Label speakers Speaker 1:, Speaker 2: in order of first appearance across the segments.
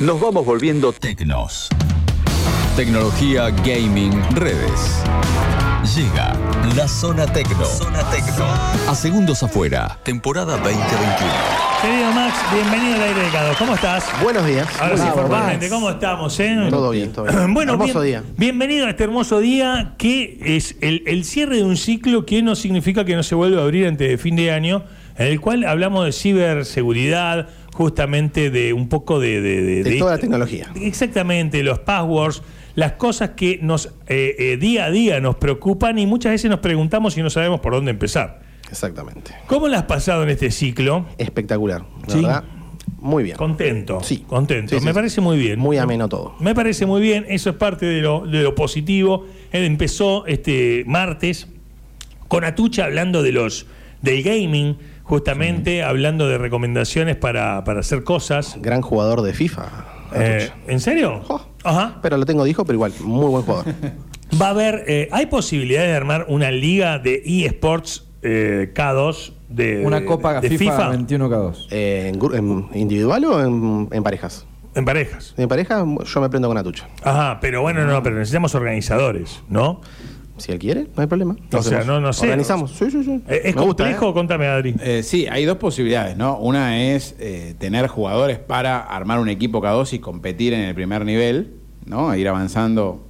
Speaker 1: nos vamos volviendo tecnos. Tecnología, gaming, redes. Llega la zona tecno. Zona tecno. A segundos afuera, temporada 2021.
Speaker 2: Querido Max, bienvenido al aire de Cado. ¿Cómo estás?
Speaker 3: Buenos días.
Speaker 2: Ahora sí,
Speaker 3: Ah,
Speaker 2: formás,
Speaker 3: bueno.
Speaker 2: gente. ¿Cómo estamos? eh?
Speaker 3: Todo bien, todo bien.
Speaker 2: Bueno,
Speaker 3: Hermoso
Speaker 2: bien-
Speaker 3: día.
Speaker 2: bienvenido a este hermoso día que es el, el cierre de un ciclo que no significa que no se vuelva a abrir antes de fin de año, en el cual hablamos de ciberseguridad, justamente de un poco de... De, de-
Speaker 3: De
Speaker 2: de-
Speaker 3: toda la tecnología.
Speaker 2: Exactamente, los passwords, las cosas que nos eh, eh, día a día nos preocupan y muchas veces nos preguntamos y no sabemos por dónde empezar.
Speaker 3: Exactamente.
Speaker 2: ¿Cómo la has pasado en este ciclo?
Speaker 3: Espectacular, la
Speaker 2: Sí.
Speaker 3: verdad. Muy bien.
Speaker 2: Contento.
Speaker 3: Sí.
Speaker 2: Contento.
Speaker 3: Sí, sí,
Speaker 2: Me
Speaker 3: sí.
Speaker 2: parece muy bien.
Speaker 3: Muy ameno todo.
Speaker 2: Me parece muy bien. Eso es parte de lo, de lo positivo. Él empezó este martes con Atucha hablando de los del gaming, justamente hablando de recomendaciones para, para hacer cosas.
Speaker 3: Gran jugador de FIFA.
Speaker 2: Eh, ¿En serio?
Speaker 3: Jo.
Speaker 2: Ajá.
Speaker 3: Pero lo tengo dijo, pero igual, muy buen jugador.
Speaker 2: Va a haber, eh, hay posibilidades de armar una liga de eSports eh, K2 de
Speaker 4: Una copa
Speaker 2: de
Speaker 4: FIFA,
Speaker 2: FIFA
Speaker 4: 21K2.
Speaker 3: Eh, ¿en, gru- en individual o en, en parejas?
Speaker 2: en parejas.
Speaker 3: En parejas yo me prendo con Atucha.
Speaker 2: Ajá, pero bueno, no, pero necesitamos organizadores, ¿no?
Speaker 3: Si él quiere, no hay problema. Lo
Speaker 2: O sea,
Speaker 3: hacemos.
Speaker 2: no- no sé.
Speaker 3: Organizamos. Sí, sí, sí.
Speaker 2: Eh, ¿Es
Speaker 3: Me gusta,
Speaker 2: complejo?
Speaker 3: ¿eh?
Speaker 2: Contame, Adri.
Speaker 5: Eh, sí, hay dos posibilidades, ¿no? Una es eh, tener jugadores para armar un equipo K2 y competir en el primer nivel, ¿no? E Ir avanzando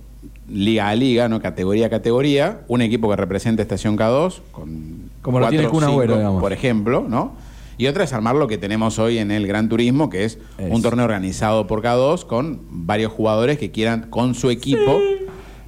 Speaker 5: liga a liga, ¿no? Categoría a categoría. Un equipo que represente Estación K2, con
Speaker 4: Como lo tiene el Kun Agüero, digamos.
Speaker 5: por ejemplo, ¿no? Y otra es armar lo que tenemos hoy en el Gran Turismo, que es,
Speaker 4: Es.
Speaker 5: un torneo organizado por K2 con varios jugadores que quieran con su equipo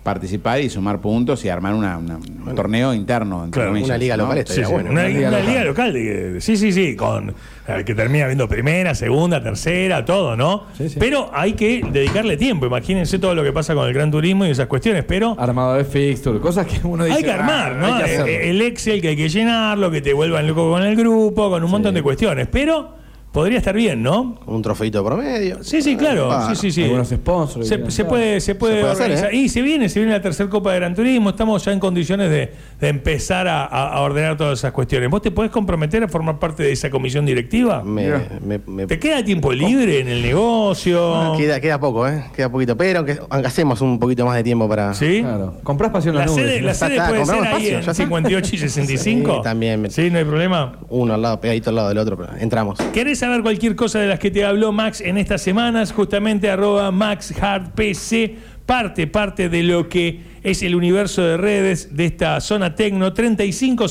Speaker 5: participar y sumar puntos y armar una- una- un torneo interno. entre
Speaker 2: Claro, una
Speaker 5: comillas,
Speaker 3: liga
Speaker 5: ¿no?
Speaker 3: local estaría
Speaker 2: Sí, sí,
Speaker 3: bueno.
Speaker 2: una,
Speaker 4: una liga
Speaker 2: una
Speaker 4: local.
Speaker 2: liga local. de- sí, sí, sí, con eh, que termina viendo primera, segunda, tercera, todo, ¿no?
Speaker 4: Sí, sí.
Speaker 2: Pero hay que dedicarle tiempo. Imagínense todo lo que pasa con el Gran Turismo y esas cuestiones, pero
Speaker 4: Armado de fixture, cosas Ah, que uno dice.
Speaker 2: hay que armar,
Speaker 4: "Ah,
Speaker 2: ¿no?
Speaker 4: hay que
Speaker 2: Eh,
Speaker 4: hacerlo".
Speaker 2: el Excel que hay que llenarlo, que te vuelvan loco con el grupo, con un montón de cuestiones, pero podría estar bien, ¿no?
Speaker 3: Un trofeito promedio.
Speaker 2: Sí, sí, claro.
Speaker 3: Ah,
Speaker 2: sí, sí, sí.
Speaker 4: algunos sponsors que
Speaker 2: Se,
Speaker 4: quieran
Speaker 2: se
Speaker 4: estar.
Speaker 2: puede, se puede,
Speaker 3: Se puede hacer,
Speaker 2: organizar.
Speaker 3: ¿eh?
Speaker 2: Y se viene, se viene la tercera Copa de Gran Turismo. Estamos ya en condiciones de, de empezar a, a- a ordenar todas esas cuestiones. ¿Vos te podés comprometer a formar parte de esa comisión directiva?
Speaker 3: Me, me- me-
Speaker 2: ¿Te queda tiempo libre en el negocio?
Speaker 3: queda, queda poco, ¿eh? Queda poquito. Pero aunque, aunque hacemos un poquito más de tiempo para.
Speaker 2: ¿Sí?
Speaker 4: Claro. Comprás pasión en
Speaker 2: La
Speaker 4: la nube.
Speaker 2: sede, la
Speaker 3: Ya
Speaker 2: sede
Speaker 3: está,
Speaker 2: puede ser
Speaker 3: compramos
Speaker 2: ahí
Speaker 3: espacio, ya
Speaker 2: en
Speaker 3: está.
Speaker 2: 58 y 65.
Speaker 3: Sí, también.
Speaker 2: Sí, no hay problema.
Speaker 3: Uno al lado, pegadito al lado del otro, pero entramos.
Speaker 2: ¿Querés saber cualquier cosa de las que te habló Max en estas semanas? Justamente arroba MaxHardPC, parte, parte de lo que es el universo de redes de esta zona Tecno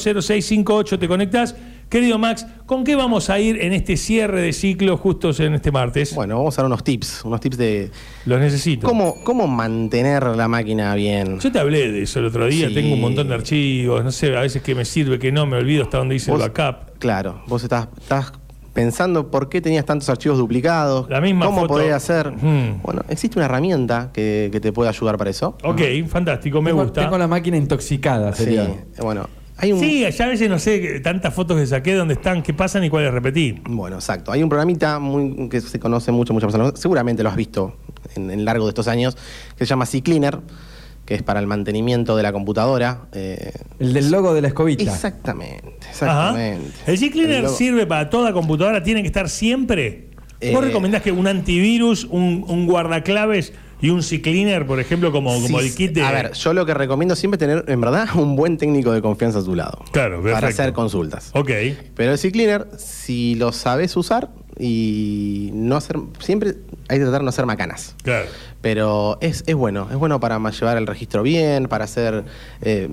Speaker 2: 350658. Te conectás. Querido Max, ¿con qué vamos a ir en este cierre de ciclo justos en este martes?
Speaker 3: Bueno, vamos a dar unos tips, unos tips de
Speaker 2: Los necesito.
Speaker 3: cómo, cómo mantener la máquina bien.
Speaker 2: Yo te hablé de eso el otro día,
Speaker 3: Sí.
Speaker 2: tengo un montón de archivos, no sé, a veces que me sirve, que no, me olvido hasta donde dice el
Speaker 3: Vos-
Speaker 2: backup.
Speaker 3: Claro, vos estás, estás pensando por qué tenías tantos archivos duplicados,
Speaker 2: La misma
Speaker 3: cómo
Speaker 2: foto.
Speaker 3: podés hacer.
Speaker 2: Ujú.
Speaker 3: Bueno, existe una herramienta que, que te puede ayudar para eso.
Speaker 2: Ok, fantástico, me
Speaker 4: Tengo-
Speaker 2: gusta.
Speaker 4: Tengo la máquina intoxicada,
Speaker 3: Sí,
Speaker 4: sería.
Speaker 3: bueno, hay un
Speaker 2: Sí, ya a veces no sé que- tantas fotos que saqué, dónde están, qué pasan y cuáles repetí.
Speaker 3: bueno, exacto. Hay un programita muy, que se conoce mucho, muchas personas, seguramente lo has visto en en largo de estos años, que se llama C-Cleaner, que es para el mantenimiento de la computadora. eh,
Speaker 4: El del logo de la escobita.
Speaker 3: exactamente,
Speaker 2: Ajá.
Speaker 3: exactamente.
Speaker 2: El G-Cleaner
Speaker 3: logo.
Speaker 2: sirve para toda computadora, tiene que estar siempre. ¿Vos
Speaker 3: Eh,
Speaker 2: recomendás que un antivirus, un, un guardaclaves y un C-Cleaner, por ejemplo, como, como
Speaker 3: Sí,
Speaker 2: el kit de.
Speaker 3: A ver, yo lo que recomiendo siempre es tener, en verdad, un buen técnico de confianza a tu lado.
Speaker 2: Claro, perfecto.
Speaker 3: Para hacer consultas.
Speaker 2: Ok.
Speaker 3: Pero el C-Cleaner, si lo sabes usar y no hacer. Siempre hay que tratar de no hacer macanas.
Speaker 2: Claro.
Speaker 3: Pero es, es bueno, es bueno para ma- llevar el registro bien, para hacer eh,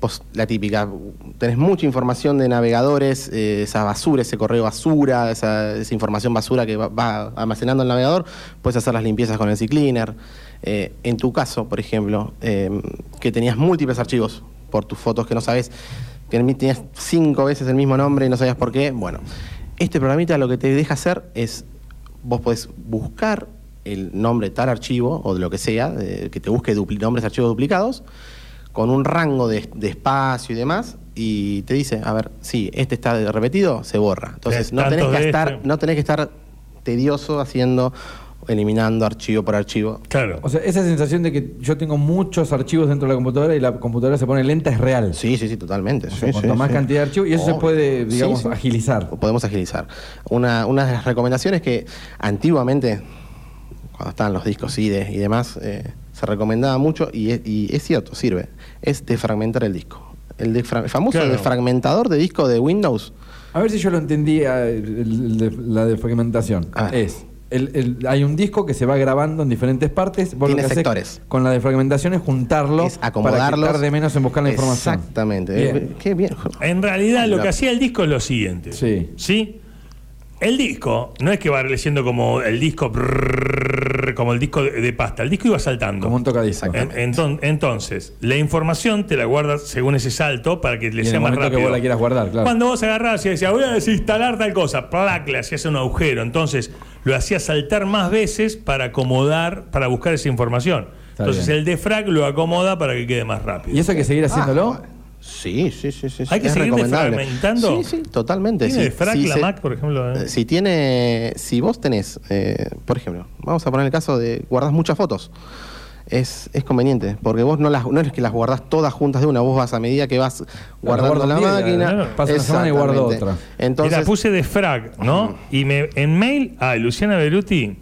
Speaker 3: pos- la típica. Tenés mucha información de navegadores, eh, esa basura, ese correo basura, esa, esa información basura que va, va almacenando el navegador, puedes hacer las limpiezas con el C-Cleaner. Eh, en tu caso, por ejemplo, eh, que tenías múltiples archivos por tus fotos que no sabes, que mí tenías cinco veces el mismo nombre y no sabías por qué, bueno, este programita lo que te deja hacer es vos podés buscar el nombre de tal archivo o de lo que sea, de- que te busque dupli- nombres de archivos duplicados, con un rango de, de espacio y demás, y te dice, a ver, sí, este está repetido, se borra. Entonces,
Speaker 2: Tenés
Speaker 3: no tenés,
Speaker 2: tantos
Speaker 3: que
Speaker 2: de
Speaker 3: estar,
Speaker 2: este.
Speaker 3: no tenés que estar tedioso haciendo, eliminando archivo por archivo.
Speaker 2: Claro.
Speaker 4: O sea, esa sensación de que yo tengo muchos archivos dentro de la computadora y la computadora se pone lenta es real.
Speaker 3: Sí, sí, sí, totalmente.
Speaker 4: O
Speaker 3: sí,
Speaker 4: sea,
Speaker 3: sí,
Speaker 4: cuanto más
Speaker 3: sí.
Speaker 4: cantidad de archivos, y eso se
Speaker 3: Obvio.
Speaker 4: puede,
Speaker 3: Sí,
Speaker 4: digamos,
Speaker 3: sí.
Speaker 4: agilizar.
Speaker 3: Podemos agilizar. Una, una de las recomendaciones que antiguamente cuando estaban los discos CD y demás, eh, se recomendaba mucho y es, y es cierto, sirve, es desfragmentar el disco. El defra- famoso
Speaker 2: Claro.
Speaker 3: desfragmentador de disco de Windows.
Speaker 4: A ver si yo lo entendí, ah, el- el de- la defragmentación.
Speaker 3: A ver.
Speaker 4: Es, el- el- hay un disco que se va grabando en diferentes partes. vos lo
Speaker 3: Tiene
Speaker 4: que haces
Speaker 3: sectores.
Speaker 4: Con la defragmentación es juntarlo,
Speaker 3: es acomodarlo.
Speaker 4: para quitar de menos en buscar la información.
Speaker 3: Exactamente.
Speaker 4: Bien.
Speaker 3: Eh, Qué bien.
Speaker 2: En realidad lo
Speaker 3: No.
Speaker 2: que hacía el disco es lo siguiente.
Speaker 4: Ah, Sí.
Speaker 2: ¿Sí? El disco no es que va leyendo como el disco brrrr, como el disco de de pasta, el disco iba saltando.
Speaker 4: Como un tocadisco.
Speaker 2: En- enton- entonces, la información te la guardas según ese salto para que le
Speaker 4: Y en
Speaker 2: sea
Speaker 4: el
Speaker 2: más
Speaker 4: momento que
Speaker 2: rápido.
Speaker 4: vos la quieras guardar, claro.
Speaker 2: Cuando vos agarrabas y decías, voy a desinstalar tal cosa, plac, le hacías un agujero. Entonces, lo hacías saltar más veces para acomodar, para buscar esa información.
Speaker 4: Está
Speaker 2: entonces,
Speaker 4: bien.
Speaker 2: el defrag lo acomoda para que quede más rápido.
Speaker 4: ¿Y eso hay que seguir haciéndolo?
Speaker 3: Ah, sí, sí, sí, sí. sí,
Speaker 2: Hay que
Speaker 3: es
Speaker 2: seguir
Speaker 3: recomendable.
Speaker 2: desfragmentando.
Speaker 3: Sí, sí, totalmente.
Speaker 2: ¿Tiene
Speaker 3: Si-
Speaker 2: defrag
Speaker 3: si
Speaker 2: la
Speaker 3: se-
Speaker 2: Mac, por ejemplo? eh?
Speaker 3: Eh, Si tiene, si vos tenés, eh, por ejemplo, vamos a poner el caso de guardás muchas fotos. Es, es conveniente, porque vos no las no es que las guardás todas juntas de una, vos vas a medida que vas guardando
Speaker 4: guardo
Speaker 3: la
Speaker 4: diez,
Speaker 3: máquina.
Speaker 4: claro. Pasa una semana y guardo
Speaker 3: Exactamente.
Speaker 4: otra.
Speaker 3: Entonces,
Speaker 2: Mira, puse de frag, ¿no? Y me, en mail a Luciana Beruti,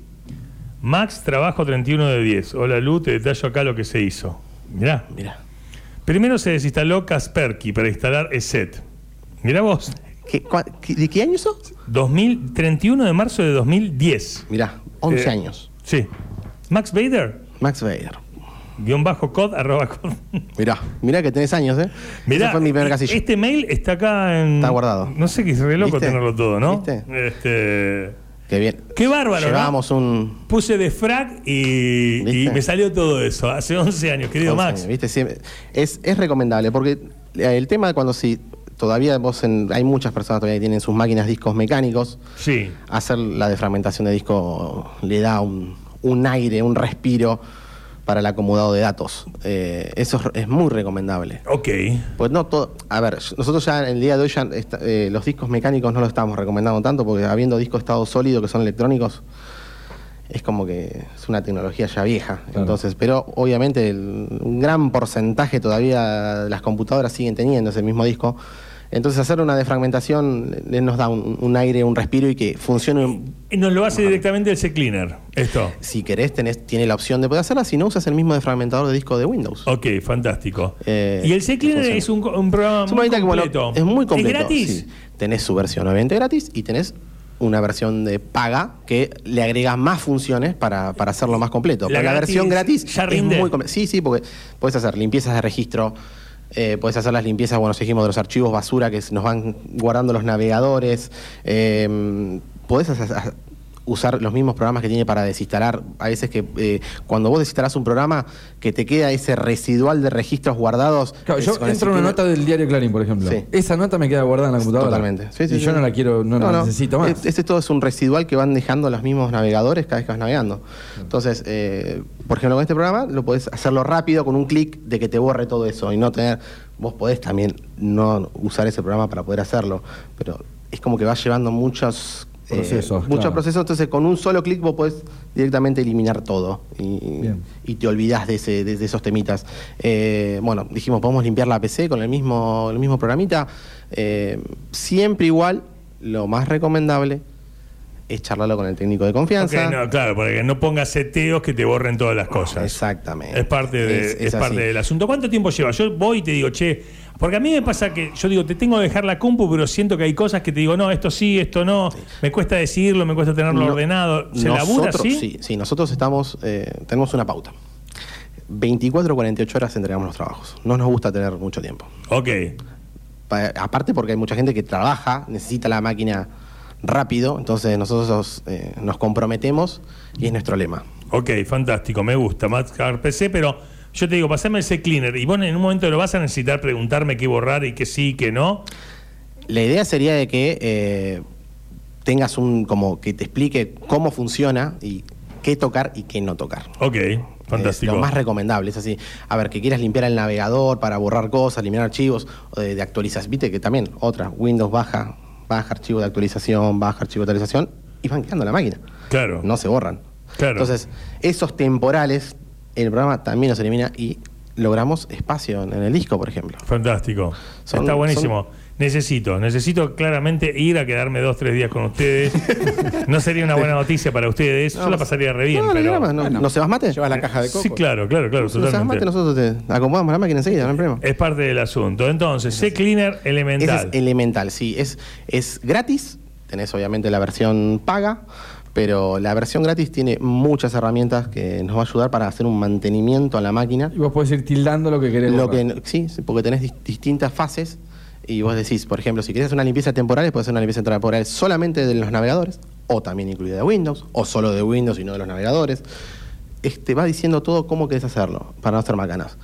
Speaker 2: Max Trabajo 31 de 10. Hola Lu, te detallo acá lo que se hizo. Mirá.
Speaker 3: mirá,
Speaker 2: Primero se desinstaló Kasperky para instalar ESET. Mirá vos,
Speaker 3: ¿qué- cua- qué- ¿de qué año eso?
Speaker 2: 2000, 31 de marzo de 2010.
Speaker 3: Mirá, 11
Speaker 2: Eh.
Speaker 3: años.
Speaker 2: Sí. Max Vader,
Speaker 3: Max Vader.
Speaker 2: guión bajo cod, arroba cod.
Speaker 3: Mirá, mirá que tenés años, ¿eh?
Speaker 2: Mirá,
Speaker 3: Ese fue mi primer casilla.
Speaker 2: este mail está acá en...
Speaker 3: Está guardado.
Speaker 2: No sé qué es re loco
Speaker 3: ¿Viste?
Speaker 2: tenerlo todo, ¿no?
Speaker 3: ¿Viste?
Speaker 2: Este...
Speaker 3: Qué bien.
Speaker 2: Qué bárbaro, ¿no?
Speaker 3: Llevábamos un
Speaker 2: Puse de frac y,
Speaker 3: ¿Viste?
Speaker 2: y me salió todo eso. Hace 11 años, querido
Speaker 3: 11
Speaker 2: Max.
Speaker 3: años, ¿viste? Siempre- Es, es recomendable, porque eh, el tema de cuando si todavía vos en- hay muchas personas todavía que tienen sus máquinas discos mecánicos,
Speaker 2: Sí.
Speaker 3: hacer la defragmentación de disco le da un, un aire, un respiro para el acomodado de datos. Eh, eso es, es muy recomendable.
Speaker 2: Ok.
Speaker 3: Pues no todo. A ver, nosotros ya en el día de hoy ya está- eh, los discos mecánicos no los estamos recomendando tanto porque habiendo discos de estado sólido que son electrónicos, es como que es una tecnología ya vieja.
Speaker 4: Claro.
Speaker 3: Entonces, pero obviamente el- un gran porcentaje todavía de las computadoras siguen teniendo ese mismo disco. Entonces hacer una defragmentación le- nos da un, un aire, un respiro y que funcione.
Speaker 2: Y Nos lo hace directamente el C-Cleaner. Esto.
Speaker 3: Si querés, tenés, tiene la opción de poder hacerla. Si no, usas el mismo defragmentador de disco de Windows.
Speaker 2: Ok, fantástico.
Speaker 3: Eh,
Speaker 2: y el C-Cleaner
Speaker 3: funciona.
Speaker 2: es un, co- un programa
Speaker 3: Es
Speaker 2: muy
Speaker 3: una máquina que,
Speaker 2: completo.
Speaker 3: bueno, es muy completo.
Speaker 2: Es gratis.
Speaker 3: sí. Tenés su versión obviamente gratis y tenés una versión de paga que le agrega más funciones para, para hacerlo más completo.
Speaker 2: La
Speaker 3: Pero la
Speaker 2: gratis
Speaker 3: versión gratis
Speaker 2: ya
Speaker 3: es
Speaker 2: rinde.
Speaker 3: muy comple- Sí, sí, porque puedes hacer limpiezas de registro, eh, puedes hacer las limpiezas, bueno, ya dijimos de los archivos basura que nos van guardando los navegadores, eh, podés hacer- hacer- usar los mismos programas que tiene para desinstalar. A veces que eh, cuando vos desinstalás un programa que te queda ese residual de registros guardados.
Speaker 4: Claro,
Speaker 3: es
Speaker 4: yo
Speaker 3: con el
Speaker 4: entro en una
Speaker 3: sistema-
Speaker 4: nota del diario Clarín, por ejemplo.
Speaker 3: Sí.
Speaker 4: Esa nota me queda guardada en la computadora.
Speaker 3: Totalmente. Sí, sí,
Speaker 4: y
Speaker 3: sí.
Speaker 4: yo no la quiero, no, la necesito más.
Speaker 3: E- Este todo es un residual que van dejando los mismos navegadores cada vez que vas navegando. Entonces, eh, por ejemplo, con este programa lo podés hacerlo rápido con un clic de que te borre todo eso y no tener. Vos podés también no usar ese programa para poder hacerlo, pero es como que vas llevando muchos. eh,
Speaker 4: Procesos,
Speaker 3: muchos
Speaker 4: claro.
Speaker 3: procesos, entonces con un solo clic vos podés directamente eliminar todo y,
Speaker 4: Bien.
Speaker 3: y te olvidás de, ese- de- de esos temitas. Eh, bueno, dijimos, podemos limpiar la PC con el mismo, el mismo programita. Eh, siempre igual, lo más recomendable es charlarlo con el técnico de
Speaker 2: Ok,
Speaker 3: confianza.
Speaker 2: no, claro, para que no pongas seteos que te borren todas
Speaker 3: Ah,
Speaker 2: las cosas.
Speaker 3: Exactamente.
Speaker 2: Es parte, de,
Speaker 3: Es-
Speaker 2: es
Speaker 3: es así.
Speaker 2: parte del asunto. ¿Cuánto tiempo lleva? Yo voy y te digo, che, porque a mí me pasa que yo digo, te tengo que dejar la compu, pero siento que hay cosas que te digo, no, esto sí, esto no, me cuesta decidirlo, me cuesta tenerlo
Speaker 3: No-
Speaker 2: ordenado. ¿Se labura
Speaker 3: nosotros,
Speaker 2: así?
Speaker 3: Sí, sí, nosotros estamos, eh, tenemos una pauta. 24 o 48 horas entregamos los trabajos. No nos gusta tener mucho tiempo.
Speaker 2: Ok.
Speaker 3: Pa- aparte porque hay mucha gente que trabaja, necesita la máquina rápido, entonces nosotros eh, nos comprometemos y es nuestro lema.
Speaker 2: Ok, fantástico, me gusta Max Hard PC, pero yo te digo, pasame el C-Cleaner y vos en un momento lo vas a necesitar preguntarme qué borrar y qué sí y qué no.
Speaker 3: La idea sería de que eh, tengas un, como que te explique cómo funciona y qué tocar y qué no tocar.
Speaker 2: Ok, fantástico.
Speaker 3: Es Eh, lo más recomendable, es así. A ver, que quieras limpiar el navegador para borrar cosas, eliminar archivos eh, de, actualización. Viste que también, otra, Windows baja, baja archivo de actualización, baja archivo de actualización y van quedando en la máquina.
Speaker 2: claro.
Speaker 3: no se borran.
Speaker 2: Claro.
Speaker 3: Entonces, esos temporales, el programa también los elimina y logramos espacio en en el disco, por ejemplo.
Speaker 2: Fantástico.
Speaker 3: Son-
Speaker 2: Está buenísimo. Necesito, necesito claramente ir a quedarme dos, tres días con ustedes. no sería una buena noticia para ustedes. Yo la pasaría re bien,
Speaker 3: no, no,
Speaker 2: pero.
Speaker 3: no, no,
Speaker 5: Bueno.
Speaker 3: no se vas mate.
Speaker 5: Llevas la caja de coco.
Speaker 2: Sí, claro, claro, claro.
Speaker 3: No se vas mate,
Speaker 2: totalmente.
Speaker 3: nosotros te acomodamos la máquina enseguida, no hay problema.
Speaker 2: Es parte del asunto. Entonces, C-Cleaner
Speaker 3: Ese es
Speaker 2: elemental.
Speaker 3: elemental, sí. Es, es gratis. Tenés obviamente la versión paga, pero la versión gratis tiene muchas herramientas que nos va a ayudar para hacer un mantenimiento a la máquina.
Speaker 4: Y vos podés ir tildando lo que querés.
Speaker 3: Lo
Speaker 4: borrar.
Speaker 3: que, sí, sí, porque tenés dis- distintas fases. Y vos decís, por ejemplo, si querés hacer una limpieza temporal, puedes hacer una limpieza temporal solamente de los navegadores, o también incluida de Windows, o solo de Windows y no de los navegadores. Este, va diciendo todo cómo querés hacerlo, para no hacer macanas.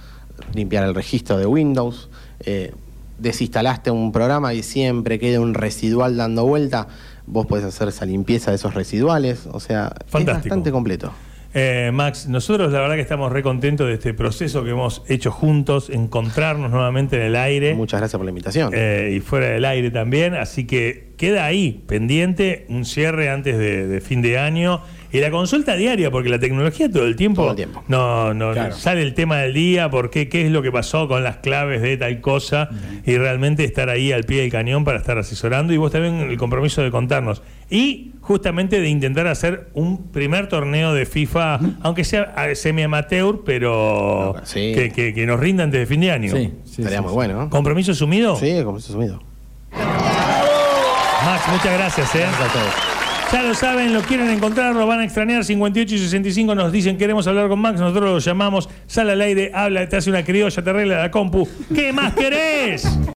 Speaker 3: Limpiar el registro de Windows, eh, desinstalaste un programa y siempre queda un residual dando vuelta, vos podés hacer esa limpieza de esos residuales, o sea, es
Speaker 2: Fantástico.
Speaker 3: bastante completo.
Speaker 2: Eh, Max, nosotros la verdad que estamos re contentos de este proceso que hemos hecho juntos, encontrarnos nuevamente en el aire.
Speaker 3: Muchas gracias por la invitación.
Speaker 2: Eh, y fuera del aire también. Así que queda ahí pendiente un cierre antes de, de fin de año. Y la consulta diaria, porque la tecnología todo el tiempo,
Speaker 3: Todo el tiempo.
Speaker 2: no, no
Speaker 5: Claro.
Speaker 2: sale el tema del día, por qué, qué es lo que pasó con las claves de tal cosa, y realmente estar ahí al pie del cañón para estar asesorando, y vos también el compromiso de contarnos. Y justamente de intentar hacer un primer torneo de FIFA, aunque sea ah, semi-amateur, pero
Speaker 3: Sí.
Speaker 2: que, que- que nos rinda antes de fin de año.
Speaker 4: Sí, sí,
Speaker 3: Estaría
Speaker 4: sí,
Speaker 3: muy
Speaker 4: sí.
Speaker 3: bueno, ¿no?
Speaker 2: ¿Compromiso asumido?
Speaker 3: Sí, como se ha sumido.
Speaker 2: Max, muchas gracias, ¿eh?
Speaker 3: Gracias a todos.
Speaker 2: Ya lo saben, lo quieren encontrar, lo van a extrañar. 58 y 65 nos dicen queremos hablar con Max, nosotros lo llamamos, sale al aire, habla, te hace una criolla, te arregla la compu. ¿Qué más querés?